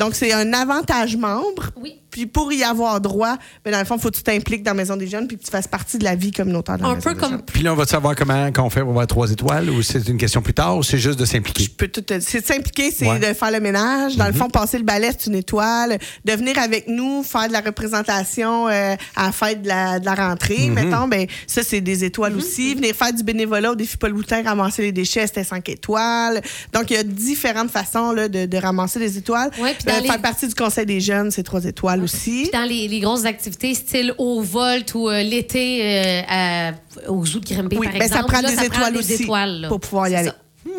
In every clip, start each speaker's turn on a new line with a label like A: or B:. A: Donc, c'est un avantage membre
B: Oui.
A: Puis pour y avoir droit, ben dans le fond, faut que tu t'impliques dans la Maison des Jeunes puis que tu fasses partie de la vie communautaire de la
B: Un
A: Maison
B: peu
A: des
B: comme
A: Jeunes.
C: Puis là, on va savoir comment on fait pour avoir trois étoiles ou c'est une question plus tard ou c'est juste de
A: Je
C: s'impliquer.
A: peux tout te- C'est de s'impliquer, c'est
C: Ouais.
A: de faire le ménage. Dans le fond, passer le balai, c'est une étoile. De venir avec nous, faire de la représentation euh, à la fête de la, de la rentrée, mettons. Ben, ça, c'est des
B: Mhm.
A: étoiles aussi. Venir faire du bénévolat au défi Paul Boutin, ramasser les déchets, c'était cinq étoiles. Donc, il y a différentes façons là, de, de ramasser des étoiles. Euh,
B: Ouais, puis dans les-
A: Faire partie du Conseil des jeunes, c'est trois étoiles aussi.
B: Puis dans les, les grosses activités, style au volt ou euh, l'été euh, à- au zoo de Grimby,
A: Oui,
B: par
A: ben,
B: exemple.
A: ça prend
B: là,
A: des
B: ça
A: étoiles
B: prend des
A: aussi
B: étoiles, là.
A: pour pouvoir y
B: C'est
A: aller.
B: ça.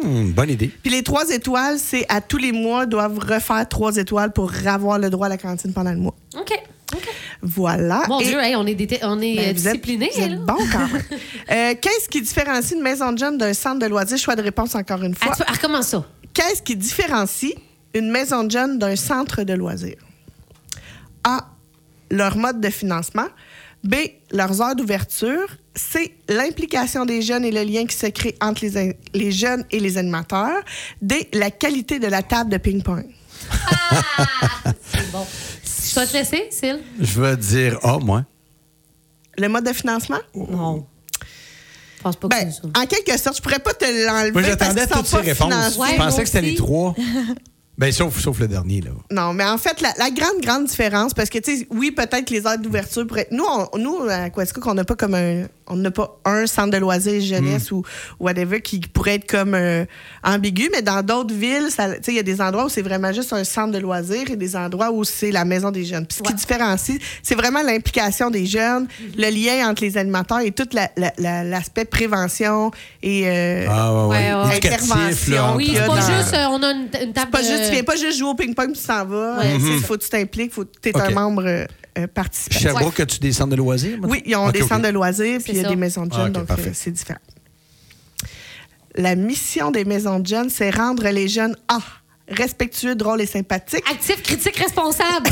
C: Hmm, bonne idée.
A: Puis les trois étoiles, c'est à tous les mois, doivent refaire trois étoiles pour avoir le droit à la cantine pendant le mois.
B: OK. OK.
A: Voilà.
B: Mon
A: Et-
B: Dieu, hey, on est, déta- on est
A: Ben,
B: euh,
A: vous êtes-
B: disciplinés.
A: vous êtes
B: là.
A: bon quand même. Euh, Qu'est-ce qui différencie une maison de jeunes d'un centre de loisirs? Choix de réponse encore une fois.
B: Attends, ah, comment ça?
A: Qu'est-ce qui différencie une maison de jeunes d'un centre de loisirs? A. Leur mode de financement. B. Leurs heures d'ouverture. C. L'implication des jeunes et le lien qui se crée entre les, in- les jeunes et les animateurs. D. La qualité de la table de ping-pong.
B: C'est bon. Je dois te laisser, Syl?
C: Je vais dire ah, moi.
A: Le mode de financement?
C: Oh,
B: Non. Je pense pas que
A: Ben,
B: c'est ça.
A: en quelque sorte, je pourrais pas te l'enlever.
C: Moi,
A: parce
C: j'attendais
A: qu'ils sont
C: toutes ces
A: pas
C: réponses.
A: financés.
B: Ouais,
C: je
B: moi
C: pensais que c'était
B: aussi.
C: les trois. Ben, sauf, sauf le dernier, là.
A: Non, mais en fait, la, la grande, grande différence, parce que, tu sais, oui, peut-être que les heures d'ouverture pourraient. Nous, on, nous à Quaticook, on n'a pas comme un. On n'a pas un centre de loisirs jeunesse ou whatever qui pourrait être comme euh, ambigu, mais dans d'autres villes, ça- tu sais, il y a des endroits où c'est vraiment juste un centre de loisirs et des endroits où c'est la maison des jeunes. Puis ce qui différencie, c'est vraiment l'implication des jeunes, le lien entre les animateurs et tout la- la- la- l'aspect prévention et. euh,
C: Ah, ouais,
B: Ouais,
C: ouais.
B: ouais.
C: Éducatif,
A: Intervention,
C: là.
B: Oui, c'est
A: là,
B: pas
A: dans-
B: juste, euh, on a une, une table
A: pas juste,
B: de-
A: tu viens pas juste jouer au ping-pong puis tu t'en vas.
B: Ouais,
A: Euh,
B: c'est
A: c'est-
B: ça.
A: faut que tu t'impliques, faut que tu es
C: Mhm. Ok.
A: un membre euh, euh, participant.
C: Sherbrooke, as-tu des centres de loisirs? maintenant?
A: Oui, ils ont
C: Ok,
A: des
C: ok.
A: centres de loisirs
B: C'est
A: puis il y a
B: ça.
A: des maisons de
C: Ah,
A: jeunes,
C: ok,
A: donc
C: parfait.
A: euh, c'est différent. La mission des maisons de jeunes, c'est rendre les jeunes A, respectueux, drôles et sympathiques.
B: Actif, critique, responsable.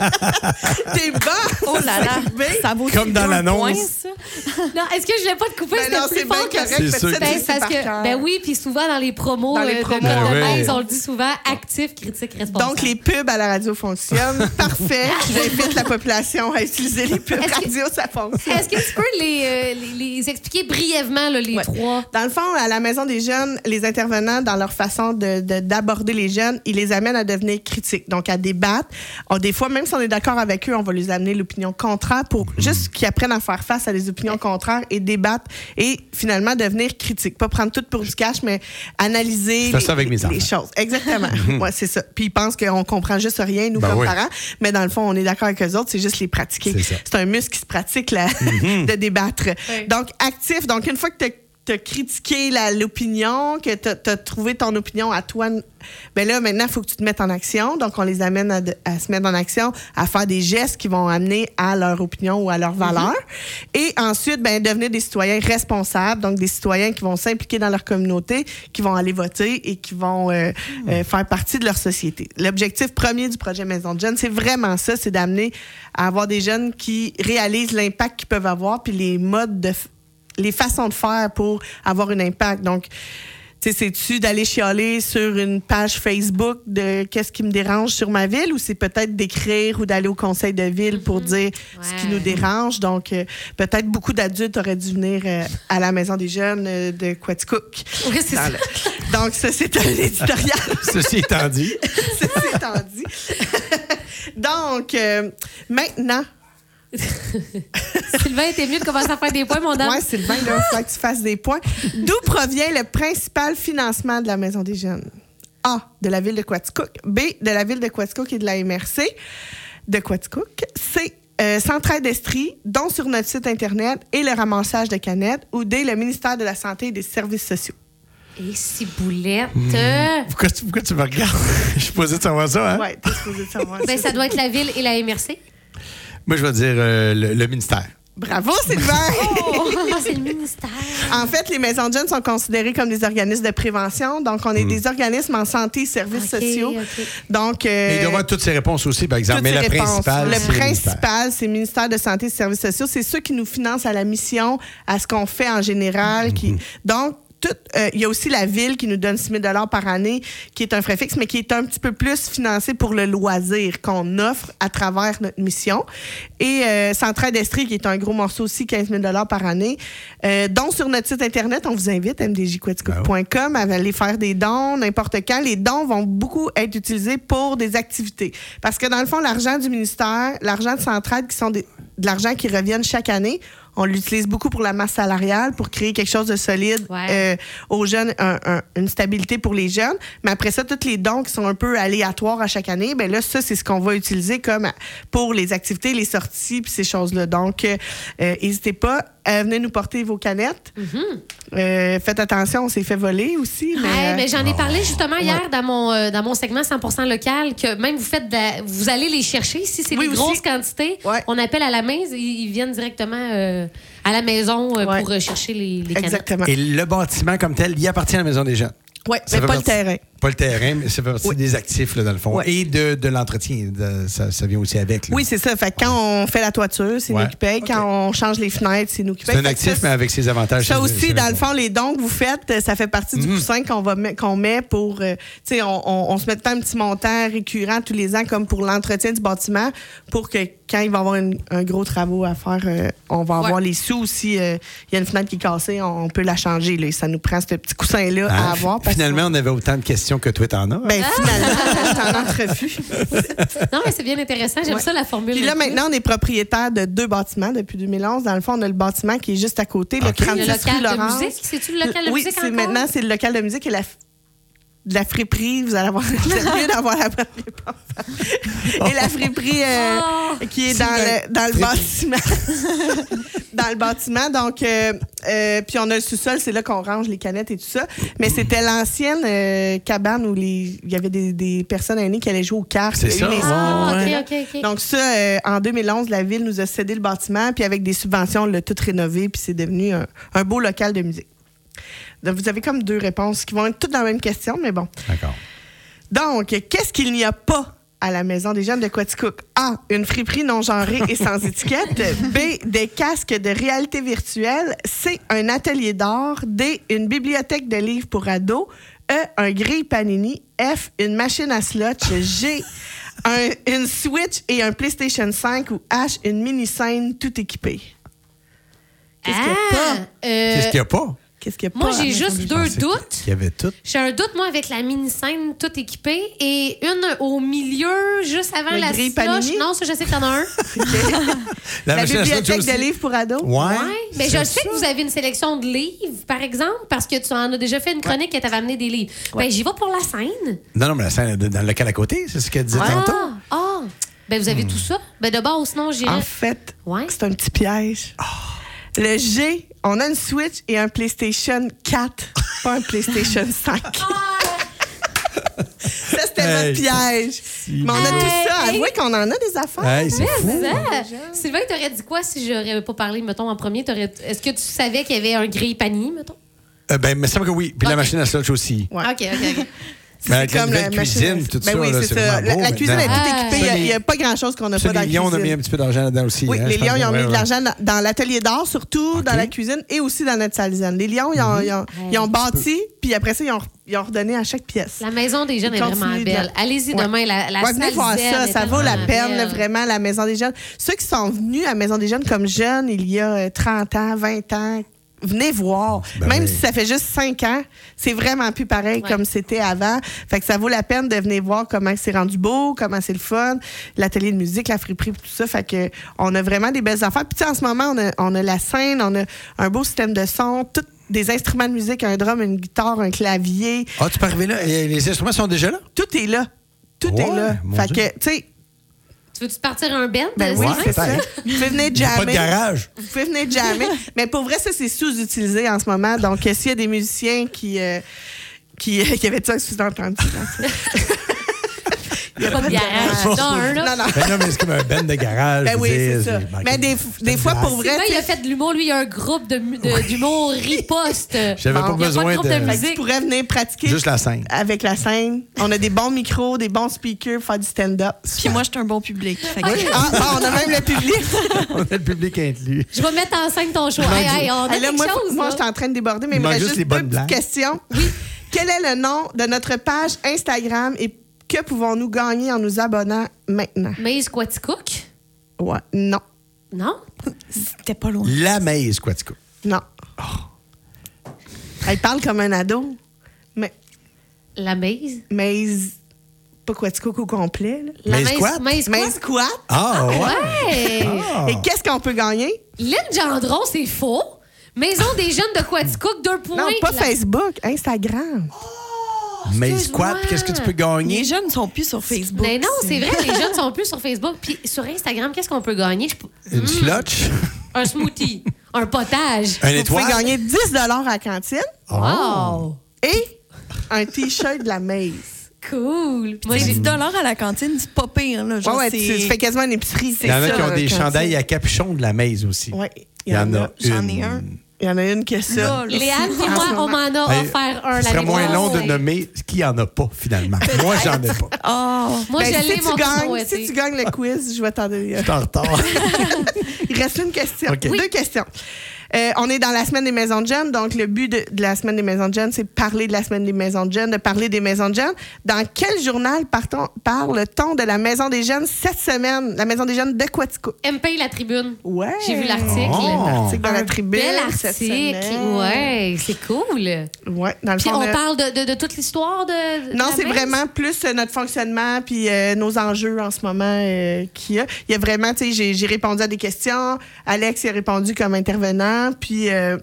B: Ah,
A: T'es bon!
D: Oh là là, ça vaut
C: Comme dans
D: deux
C: l'annonce.
D: points, ça?
B: non, est-ce que je l'ai pas te couper?
A: Ben non,
B: C'était
A: c'est
B: plus
A: bien
B: fort que
A: correct,
C: C'est
A: mais
C: sûr
A: tu sais,
C: que-
A: c'est
B: Ben, parce
A: par cœur.
B: que, ben oui, puis souvent dans les promos,
A: Dans les
B: euh, de
A: promos.
B: Côte de
C: Ben oui.
B: Baise, on le dit souvent, actif, critique, responsable.
A: Donc, les pubs à la radio fonctionnent. Parfait. J'invite la population à utiliser les pubs
B: Est-ce que-
A: radio, ça fonctionne.
B: Est-ce que tu peux les, euh, les, les expliquer brièvement, là, les
A: Ouais.
B: trois?
A: Dans le fond, à la Maison des jeunes, les intervenants, dans leur façon de- de- d'aborder les jeunes, ils les amènent à devenir critiques, donc à débattre. On, des fois, même si on est d'accord avec eux, on va les amener l'opinion contraire pour
C: Mhm.
A: juste qu'ils apprennent à faire face à des opinions contraires et débattre et finalement devenir critiques. Pas prendre tout pour du cash, mais analyser
C: Je fais
A: les,
C: ça avec mes
A: les
C: enfants.
A: choses. Exactement. ouais, c'est ça. Puis ils pensent qu'on comprend juste rien, nous,
C: Ben
A: comme
C: oui.
A: parents, mais dans le fond, on est d'accord avec eux autres, c'est juste les pratiquer.
C: C'est ça. Mhm.
A: C'est un muscle qui se pratique, là, de débattre. Donc, actif. Donc, une fois que tu as critiqué la- l'opinion, que tu as, trouvé ton opinion à toi, ben là, maintenant, il faut que tu te mettes en action. Donc, on les amène à, de- à se mettre en action, à faire des gestes qui vont amener à leur opinion ou à leur valeur. Et ensuite, ben, devenir des citoyens responsables, donc des citoyens qui vont s'impliquer dans leur communauté, qui vont aller voter et qui vont euh, euh, faire partie de leur société. L'objectif premier du projet Maison de Jeunes, c'est vraiment ça, c'est d'amener à avoir des jeunes qui réalisent l'impact qu'ils peuvent avoir, puis les modes de, f- les façons de faire pour avoir un impact. Donc, tu sais, c'est-tu d'aller chialer sur une page Facebook de qu'est-ce qui me dérange sur ma ville ou c'est peut-être d'écrire ou d'aller au conseil de ville pour dire ce qui
B: Ouais.
A: nous dérange. Donc, euh, peut-être beaucoup d'adultes auraient dû venir euh, à la maison des jeunes euh, de Quaticook.
B: Oui, c'est ça.
A: Dans le- Donc, ça, c'est un éditorial.
C: Ceci étant dit,
A: Ceci étant dit. Donc, euh, maintenant,
B: Sylvain était mieux de commencer à faire des points, mon dame.
A: ouais, Sylvain, là, il faut que tu fasses des points. D'où provient le principal financement de la Maison des Jeunes? A, de la ville de Quaticook. B, de la ville de Quaticook et de la MRC de Quaticook. C, euh, Centraide d'Estrie, dont sur notre site Internet et le ramassage de canettes. Ou D, le ministère de la Santé et des Services sociaux.
B: Et ciboulette. euh,
C: pourquoi tu, pourquoi tu me regardes? Je suis posé de savoir ça, hein?
A: Ouais, t'es supposé de savoir
B: Ben,
A: ça.
B: ça doit être la ville et la MRC.
C: Moi, je vais dire euh, le, le ministère.
A: Bravo, Sylvain!
B: Ah, c'est le ministère.
A: En fait, les maisons de jeunes sont considérées comme des organismes de prévention. Donc,
C: Hmm.
A: on est des organismes en santé et services
B: Ok,
A: sociaux.
B: ok.
A: Donc, euh,
C: Mais il doit avoir toutes ces réponses aussi, par exemple.
A: toutes
C: Mais
A: ces
C: la
A: réponses.
C: principale,
A: le
C: c'est le ministère.
A: principal, c'est le ministère de Santé et
C: Mhm.
A: des Services sociaux. C'est ceux qui nous financent à la mission, à ce qu'on fait en général. qui- Donc, tout. euh, il y a aussi la ville qui nous donne 6 000 par année, qui est un frais fixe, mais qui est un petit peu plus financé pour le loisir qu'on offre à travers notre mission. Et euh, Centraide Estrie, qui est un gros morceau aussi, 15 000 par année. Euh, dons sur notre site Internet, on vous invite, mdjquaticook.com, à aller faire des dons n'importe quand. Les dons vont beaucoup être utilisés pour des activités. Parce que dans le fond, l'argent du ministère, l'argent de Centraide, qui sont des- de l'argent qui reviennent chaque année, on l'utilise beaucoup pour la masse salariale, pour créer quelque chose de solide
B: Ouais.
A: euh, aux jeunes, un- un- une stabilité pour les jeunes. Mais après ça, tous les dons qui sont un peu aléatoires à chaque année, ben là, ça, c'est ce qu'on va utiliser comme pour les activités, les sorties, puis ces choses-là. Donc, euh, euh, n'hésitez pas. à venez nous porter vos canettes. Euh, faites attention, on s'est fait voler aussi. Mais,
B: Ouais,
A: euh,
B: mais j'en ai parlé justement hier dans mon, euh, dans mon segment 100% local que même vous faites de la- vous allez les chercher si c'est
A: Oui,
B: des
A: aussi.
B: grosses quantités
A: Ouais.
B: on appelle à la maison ils, ils viennent directement euh, à la maison euh,
A: Ouais.
B: pour euh, chercher les, les canettes.
A: exactement.
C: Et le bâtiment comme tel, il appartient à la Maison des Jeunes.
A: Oui,
C: Ça
A: mais
C: fait
A: pas le
C: partie-
A: terrain.
C: Pas le terrain, mais ça fait partie
A: Oui.
C: des actifs, là, dans le fond.
A: Ouais.
C: Et de, de l'entretien, de- ça, ça vient aussi avec. là.
A: Oui, c'est ça. Fait que quand on fait la toiture, c'est
C: Ouais.
A: nous qui paye. Quand on change les fenêtres, c'est nous qui paye.
C: c'est un
A: Fait que
C: actif,
A: ben, ça,
C: mais avec ses avantages.
A: Ça
C: c'est-
A: aussi,
C: c'est
A: dans
C: bien
A: le
C: bon. Mhm.
A: fond, les dons que vous faites, euh, ça fait partie du coussin qu'on va met- qu'on met pour, euh, tu sais, on, on- on se met pas un petit montant récurrent tous les ans comme pour l'entretien du bâtiment, pour que quand il va y avoir une- un gros travaux à faire, euh, on va avoir les sous aussi. euh, Il y a une fenêtre qui est cassée, on, on peut la changer. Là, Et ça nous prend ce petit coussin-là
C: Hein?
A: à avoir. parce
C: Finalement,
A: que-
C: on avait autant de questions que toi, t'en as.
A: ben,
B: Ah!
A: finalement, je t'en entrevue.
B: non mais c'est bien intéressant j'aime
A: Ouais.
B: ça la formule
A: Puis là, maintenant, on est propriétaire de deux bâtiments depuis 2011. Dans le fond, on a le bâtiment qui est juste à côté,
C: Ok.
A: le 36
B: le local
A: rue Laurence.
B: de musique c'est-tu le local de
A: oui,
B: musique
A: c'est
B: encore?
A: maintenant c'est le local de musique et la f- de la friperie, vous allez avoir vous allez bien avoir la bonne réponse. Et la friperie euh,
B: Oh!
A: qui est dans le, dans le bâtiment. dans le bâtiment. Donc, euh, euh, puis on a le sous-sol, c'est là qu'on range les canettes et tout ça. Mais c'était l'ancienne euh, cabane où les- il y avait des, des personnes aînées qui allaient jouer aux cartes.
C: C'est
A: Il y
C: ça.
A: a eu les
B: ah
C: Ouais.
B: ok ok ok
A: donc ça, euh, en 2011, la ville nous a cédé le bâtiment, puis avec des subventions, on l'a tout rénové, puis c'est devenu un, un beau local de musique. Donc vous avez comme deux réponses qui vont être toutes dans la même question, mais bon.
C: D'accord.
A: euh, Donc, qu'est-ce qu'il n'y a pas à la maison des jeunes de Quaticook? A. Une friperie non genrée et sans étiquette. B. Des casques de réalité virtuelle. C. Un atelier d'art. D. Une bibliothèque de livres pour ados. E. Un grille panini. F. Une machine à slotch. G. un- une Switch et un PlayStation 5 ou H, une mini-scène tout équipée. Qu'est-ce qu'il n'y a
B: Ah,
A: pas?
B: euh,
C: Qu'est-ce qu'il n'y a pas?
A: Qu'est-ce qu'il n'y a
B: moi
A: pas?
B: j'ai
A: à la maison
B: juste
A: des-
B: deux
C: pensais
B: doutes
C: Il y avait tout.
B: J'ai un doute, moi, avec la mini-scène toute équipée et une au milieu, juste avant
A: Le
B: la
A: gris
B: slush.
A: panini?
B: Non, ça, je sais que t'en as un. Ah,
A: La
C: machine à slot,
A: bibliothèque
C: aussi.
A: de livres pour ados?
C: Ouais.
B: Ouais. Mais Ben, je
C: C'est
B: sais que vous avez une sélection de livres, par exemple, parce que tu en as déjà fait une chronique et t'avais amené des livres. Ben, j'y vais pour la scène.
C: Non, non, mais la scène est dans le local à côté, c'est ce qu'elle disait tantôt.
B: Ah! Ah! Ben, vous
A: Hmm.
B: avez tout ça? Ben, de base, sinon, j'irai.
A: En fait,
B: Ouais. Oh.
A: c'est un petit piège. Le G, on a une Switch et un PlayStation 4, pas un PlayStation 5.
B: Ah!
A: ça, c'était
C: Hey.
A: notre piège. Mais on a
B: Hey.
A: tout ça. Avouez qu'on en a des affaires. hein?
C: Hey, c'est fou.
B: Ah! Sylvain, t'aurais dit quoi si j'aurais pas parlé, mettons, en premier? T'aurais- Est-ce que tu savais qu'il y avait un gris panier, mettons?
C: Euh, ben, il me semble que oui. Puis la
B: Ok.
C: machine à slotch aussi.
A: Ouais.
B: OK, OK, OK.
C: Mais Ben, avec la nouvelle
A: machine-
C: cuisine, tout
A: Ben
C: ça,
A: oui,
C: là,
A: c'est
C: c'est
A: ça.
C: vraiment
A: La,
C: beau
A: la cuisine est
C: maintenant.
A: toute équipée.
C: Ah.
A: Il n'y a, pas grand-chose qu'on n'a
C: Ça,
A: pas dans la
C: les lions, on a mis un
A: cuisine.
C: petit peu d'argent là-dedans aussi.
A: Oui,
C: hein,
A: les
C: je pense
A: lions, ils
C: bien,
A: ont mis
C: ouais,
A: de
C: ouais.
A: l'argent dans, dans l'atelier d'art, surtout
C: Ok. Mhm.
A: dans la cuisine et aussi dans notre salle zen. Les lions, ils ont, ils ont- ils ont bâti, puis après ça, ils ont, ils ont redonné à chaque pièce.
B: La maison des jeunes est
A: Il continue
B: vraiment
A: de-
B: belle. Allez-y
A: Ouais.
B: demain, la, la
A: Ouais, venez
B: salle
A: voir
B: Zen
A: ça,
B: est
A: ça vaut la
B: tellement
A: peine,
B: belle.
A: vraiment, la Maison des Jeunes. Ceux qui sont venus à Maison des Jeunes comme jeunes il y a euh, 30 ans, 20 ans, venez voir.
C: Ben
A: Même
C: oui.
A: si ça fait juste 5 ans, c'est vraiment plus pareil
B: Ouais.
A: comme c'était avant. Fait que ça vaut la peine de venir voir comment c'est rendu beau, comment c'est le fun, l'atelier de musique, la friperie, tout ça. Fait que on a vraiment des belles affaires. Puis tu sais, en ce moment, on a, on a la scène, on a un beau système de son, tout des instruments de musique, un drum, une guitare, un clavier,
C: Ah, tu peux arriver là. Et les instruments sont déjà là?
A: tout est là. Tout
C: Ouais,
A: est là.
C: mon
A: Fait
C: Dieu.
A: que, tu sais,
B: Tu veux-tu partir un bed?
A: Ben oui,
C: Ouais,
A: c'est ça.
C: peut-être.
A: Vous pouvez venir
C: Il n'y a
A: jammer.
C: pas de garage.
A: Vous pouvez venir jammer. Mais pour vrai, ça, c'est sous-utilisé en ce moment. Donc, euh, s'il y a des euh, musiciens qui. euh, qui, qui avaient ça sous-entendu. dans ça. Il y a
B: Pas de garage.
C: Non.
B: Dans un, là.
A: Non, non.
C: Ben non, mais c'est comme un band de garage.
A: Ben
C: je
A: oui,
C: veux dire,
A: c'est ça.
C: ben,
A: Mais des, des fois, pour vrai,
B: Sylvain,
A: tu
B: il a
A: sais,
B: fait de l'humour. Lui, il a un groupe de mu- de- d'humour riposte.
C: J'avais pas
A: Bon, il y a
B: pas de
C: besoin
B: groupe de
C: de.
B: musique.
A: ben, tu pourrais venir pratiquer
C: Juste la scène.
A: avec la scène. On a des bons micros, des bons speakers pour faire du stand-up.
D: Puis moi, je suis un bon public. Fait que-
A: Ah, ah, on a même le public.
C: On a le public inclus.
B: Je vais mettre en scène ton show. Hey, hey, on a
A: Ah, là,
B: quelque
A: moi,
B: chose.
A: moi
B: là.
A: je suis en train de déborder, mais
C: Il
A: il me
C: manque
A: reste
C: juste
A: juste
C: les
A: deux
C: bonnes
A: petites
C: blagues.
A: questions. Oui. Quel est le nom de notre page Instagram et que pouvons-nous gagner en nous abonnant maintenant?
B: Maze Quaticook?
A: Ouais. Non.
B: Non?
D: C'était pas loin.
C: La maïs, Quatico.
A: Non. Elle parle comme un ado. Mais,
B: La Maze?
A: mais pas Quaticook au complet. là.
B: La
C: Maze quoi?
B: Maze
A: Mais
B: quoi?
A: squat.
C: Ah, ouais.
B: Ouais!
C: Ah.
A: Et qu'est-ce qu'on peut gagner?
B: Lynn Gendron, c'est faux. Maison des jeunes de Quaticook, deux points.
A: non, pas
B: La-
A: Facebook, Instagram. Ah,
C: Mais
B: Excuse-moi.
C: squat, qu'est-ce que tu peux
D: Les
C: gagner?
D: jeunes sont plus sur Facebook.
B: Mais Ben non, c'est vrai, les jeunes sont plus sur Facebook. Puis sur Instagram, qu'est-ce qu'on peut gagner? Je peux-
A: Hmm.
C: Une slotch?
B: Un smoothie, un potage.
C: Un
A: Vous pouvez
C: étoile?
A: gagner 10 à la cantine Oh.
B: Wow!
A: et un T-shirt de la Maze.
B: Cool! Moi,
D: C'est
B: j'ai-
D: 10 dollars à la cantine, c'est pas pire. Là,
A: Ouais,
D: genre,
A: ouais,
D: c'est-
A: tu, tu fais quasiment une épicerie.
C: Il y en a qui ont des chandails
A: chandails
C: à capuchon de la maïs aussi. Ben,
A: Ouais,
C: Il y en a
D: J'en
C: une.
D: ai un.
A: Il y en a une qui a ça.
D: Là, là.
B: Léane et moi, on m'en a
C: Hey,
B: offert un
C: Ce
B: l'année
C: serait moins long de
B: passée.
C: nommer ce qu'il n'y en a pas, finalement. Moi, j'en ai pas.
D: Oh,
B: Moi,
A: Ben,
B: je l'ai,
A: si,
B: mon
A: tu gagnes,
B: petit
A: si tu gagnes le quiz, je vais t'en donner. un.
C: Je suis en retard.
A: Il reste une question.
C: Ok. Oui.
A: Deux questions. Euh, on est dans la semaine des maisons de jeunes. Donc, le but de, de la semaine des maisons de jeunes, c'est de parler de la semaine des maisons de jeunes, de parler des maisons de jeunes. Dans quel journal partons- parle-t-on de la maison des jeunes cette semaine? La maison des jeunes de Quatico.
B: MP La Tribune.
A: Ouais.
B: J'ai vu l'article.
C: Oh.
A: L'article dans la
B: Un
A: tribune.
B: bel
A: cette
B: article.
A: semaine.
B: Ouais, c'est cool.
A: Ouais, dans le
B: Puis
A: fond,
B: on
A: là-
B: parle de, de- de toute l'histoire de. de
A: Non,
B: la
A: c'est
B: messe?
A: vraiment plus euh, notre fonctionnement puis euh, nos enjeux en ce moment euh, qu'il y a. Il y a vraiment, tu sais, j'ai- j'ai répondu à des questions. Alex il a répondu comme intervenant. Puis euh,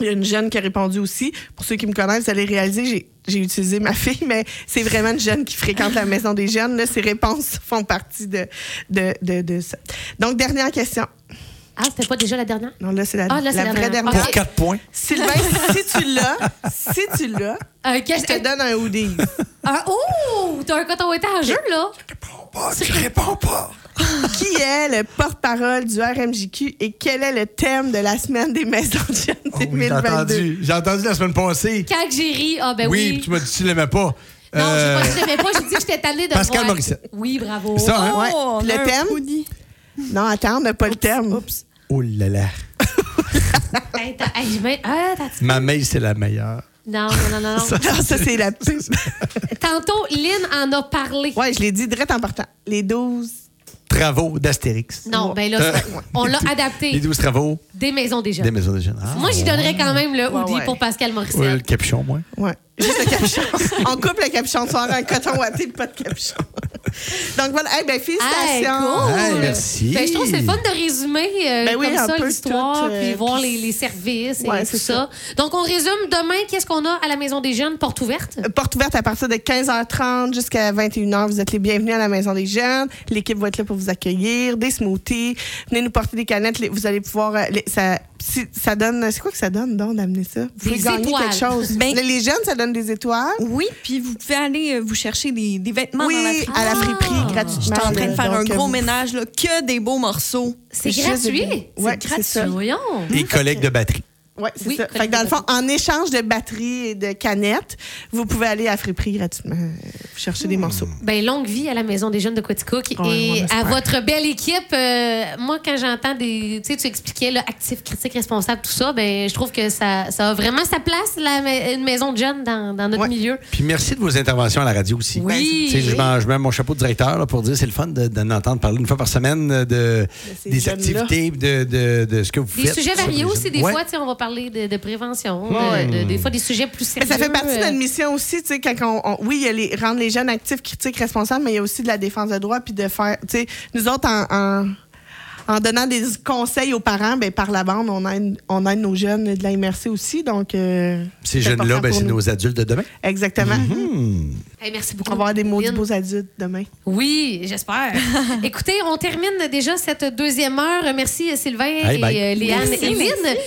A: il y a une jeune qui a répondu aussi. Pour ceux qui me connaissent, vous allez réaliser, j'ai- j'ai utilisé ma fille, mais c'est vraiment une jeune qui fréquente la maison des jeunes. Là, ses réponses font partie de, de, de, de ça. Donc, dernière question.
B: Ah, c'était pas déjà la dernière?
A: Non, là, c'est la,
B: Ah, là, c'est
A: la
B: la
A: vraie
B: dernière.
A: dernière.
C: Pour 4 points.
A: Sylvain, si tu l'as, si tu l'as,
B: Un
A: je te donne un hoodie.
B: Un, Euh, oh! T'as un coton étageux, là!
C: Réponds pas, tu réponds pas.
A: Qui est le porte-parole du RMJQ et quel est le thème de la semaine des maisons de jeunes
C: Oh, oui, j'ai
A: 2022?
C: entendu. J'ai entendu la semaine passée.
B: Quand que j'ai ri, ah ben
C: oui,
B: oui.
C: puis tu m'as dit que tu l'aimais pas.
B: Non,
C: Euh,
B: j'ai pas dit que j'aimais pas, j'ai dit que j'étais tannée de le
C: Pascal
B: voir.
C: Morissette.
B: Oui, bravo.
C: Ça, hein?
A: Ouais.
D: Oh, on
A: Puis
D: a
A: le
D: un
A: thème?
D: hoodie.
A: Non, attends, on n'a pas le thème.
C: Oh là là.
B: Hey, t'as- hey, j'ai bien- ah, t'as-
C: Ma maïs, c'est la meilleure.
B: non, non, non, non. non.
A: Non, ça, c'est la pub.
B: Tantôt, Lynn en a parlé.
A: Ouais, je l'ai dit direct en partant. Les 12.
C: Travaux d'Astérix.
B: Non, ben là, ça-
C: Euh,
B: on l'a
C: Les
B: adapté.
C: 12 travaux
B: Des maisons des
C: des
B: jeunes.
C: maisons de jeunes. Ah,
B: Moi, j'y donnerais quand même le hoodie
A: ouais.
B: pour Pascal Morissette.
C: ouais, le capuchon, moi.
A: Ouais. Juste le capuchon. on coupe le capuchon. Tu vas avoir un coton ouaté, pas de capuchon. Donc voilà. Eh bien,
B: Hey,
A: félicitations.
B: cool.
C: Hey, merci.
B: Ben, je trouve que c'est le fun de résumer euh,
A: Ben oui,
B: comme
A: un
B: ça
A: peu
B: l'histoire,
A: tout, euh,
B: puis voir
A: puis-
B: les, les services et
A: Ouais,
B: tout
A: c'est
B: ça. Donc, on résume demain, qu'est-ce qu'on a à la Maison des Jeunes, porte ouverte?
A: Porte ouverte à partir de 15h30 jusqu'à 21h. Vous êtes les bienvenus à la Maison des Jeunes. L'équipe va être là pour vous accueillir. Des smoothies. Venez nous porter des canettes. Les- Vous allez pouvoir. euh, les- ça, si- ça donne. C'est quoi que ça donne, donc, d'amener ça? Vous pouvez
B: Des
A: gagner
B: étoiles.
A: quelque chose.
D: Ben-
A: les, les jeunes, ça donne des étoiles.
D: Oui, puis vous pouvez aller euh, vous chercher des, des vêtements dans la
A: Oui,
D: friperie.
A: à la
B: friperie.
A: friperie,
B: Ah.
A: gratuitement.
D: Je suis en train de
A: là.
D: faire un
A: Donc, euh,
D: gros
A: vous-
D: ménage, là, que des beaux morceaux.
B: C'est
A: Juste
B: gratuit.
A: des- Ouais,
B: c'est
A: c'est
B: gratuit.
A: ça.
B: voyons.
C: Et collègues de batterie.
A: Ouais, c'est
B: Oui,
A: ça. Fait que dans le fond, en échange de batteries et de canettes, vous pouvez aller à la friperie gratuitement euh, chercher des morceaux.
B: Ben, longue vie à la Maison des Jeunes de Quaticook
A: Ouais, on
B: et
A: espère.
B: à votre belle équipe. Euh, moi, quand j'entends des. Tu sais, tu expliquais le actif, critique, responsable, tout ça, ben, je trouve que ça, ça a vraiment sa place, la, ma- une maison de jeunes dans, dans notre
A: Ouais.
B: milieu.
C: Puis merci de vos interventions à la radio aussi.
B: Oui.
C: Tu sais, Je, m'en- je mets mon chapeau de directeur là, pour dire c'est le fun de- d'en entendre parler une fois par semaine euh, de,
A: ces
C: des
A: jeunes-là.
C: activités, de, de, de ce que vous
B: Des
C: faites.
B: sujets
C: sur les
B: variés
C: jeunes.
B: aussi, des
C: Ouais. Hmm.
B: fois, tu sais, on va parler de, de prévention, de-
A: Ouais.
B: de- des fois des sujets plus
A: Mais
B: sérieux.
A: ça fait partie de
B: euh,
A: notre mission aussi, tu sais, quand on, on- oui, il y a les, rendre les jeunes actifs, critiques, responsables, mais il y a aussi de la défense de droit, puis de faire, tu sais, nous autres, en, en- en donnant des conseils aux parents, ben, par la bande, on aide, on aide nos jeunes de la MRC aussi, donc... euh,
C: Ces jeunes-là,
A: important
C: ben,
A: pour
C: c'est
A: nous.
C: nos Mhm. adultes de demain.
A: Exactement.
B: Hey, merci
A: On
B: beaucoup.
A: va avoir des mots
B: Lynn.
A: beaux adultes demain.
B: Oui, j'espère. Écoutez, on termine déjà cette deuxième heure. Merci Sylvain
C: Hey,
B: et
C: bye.
B: euh, Léane
D: Merci,
B: et Lynn.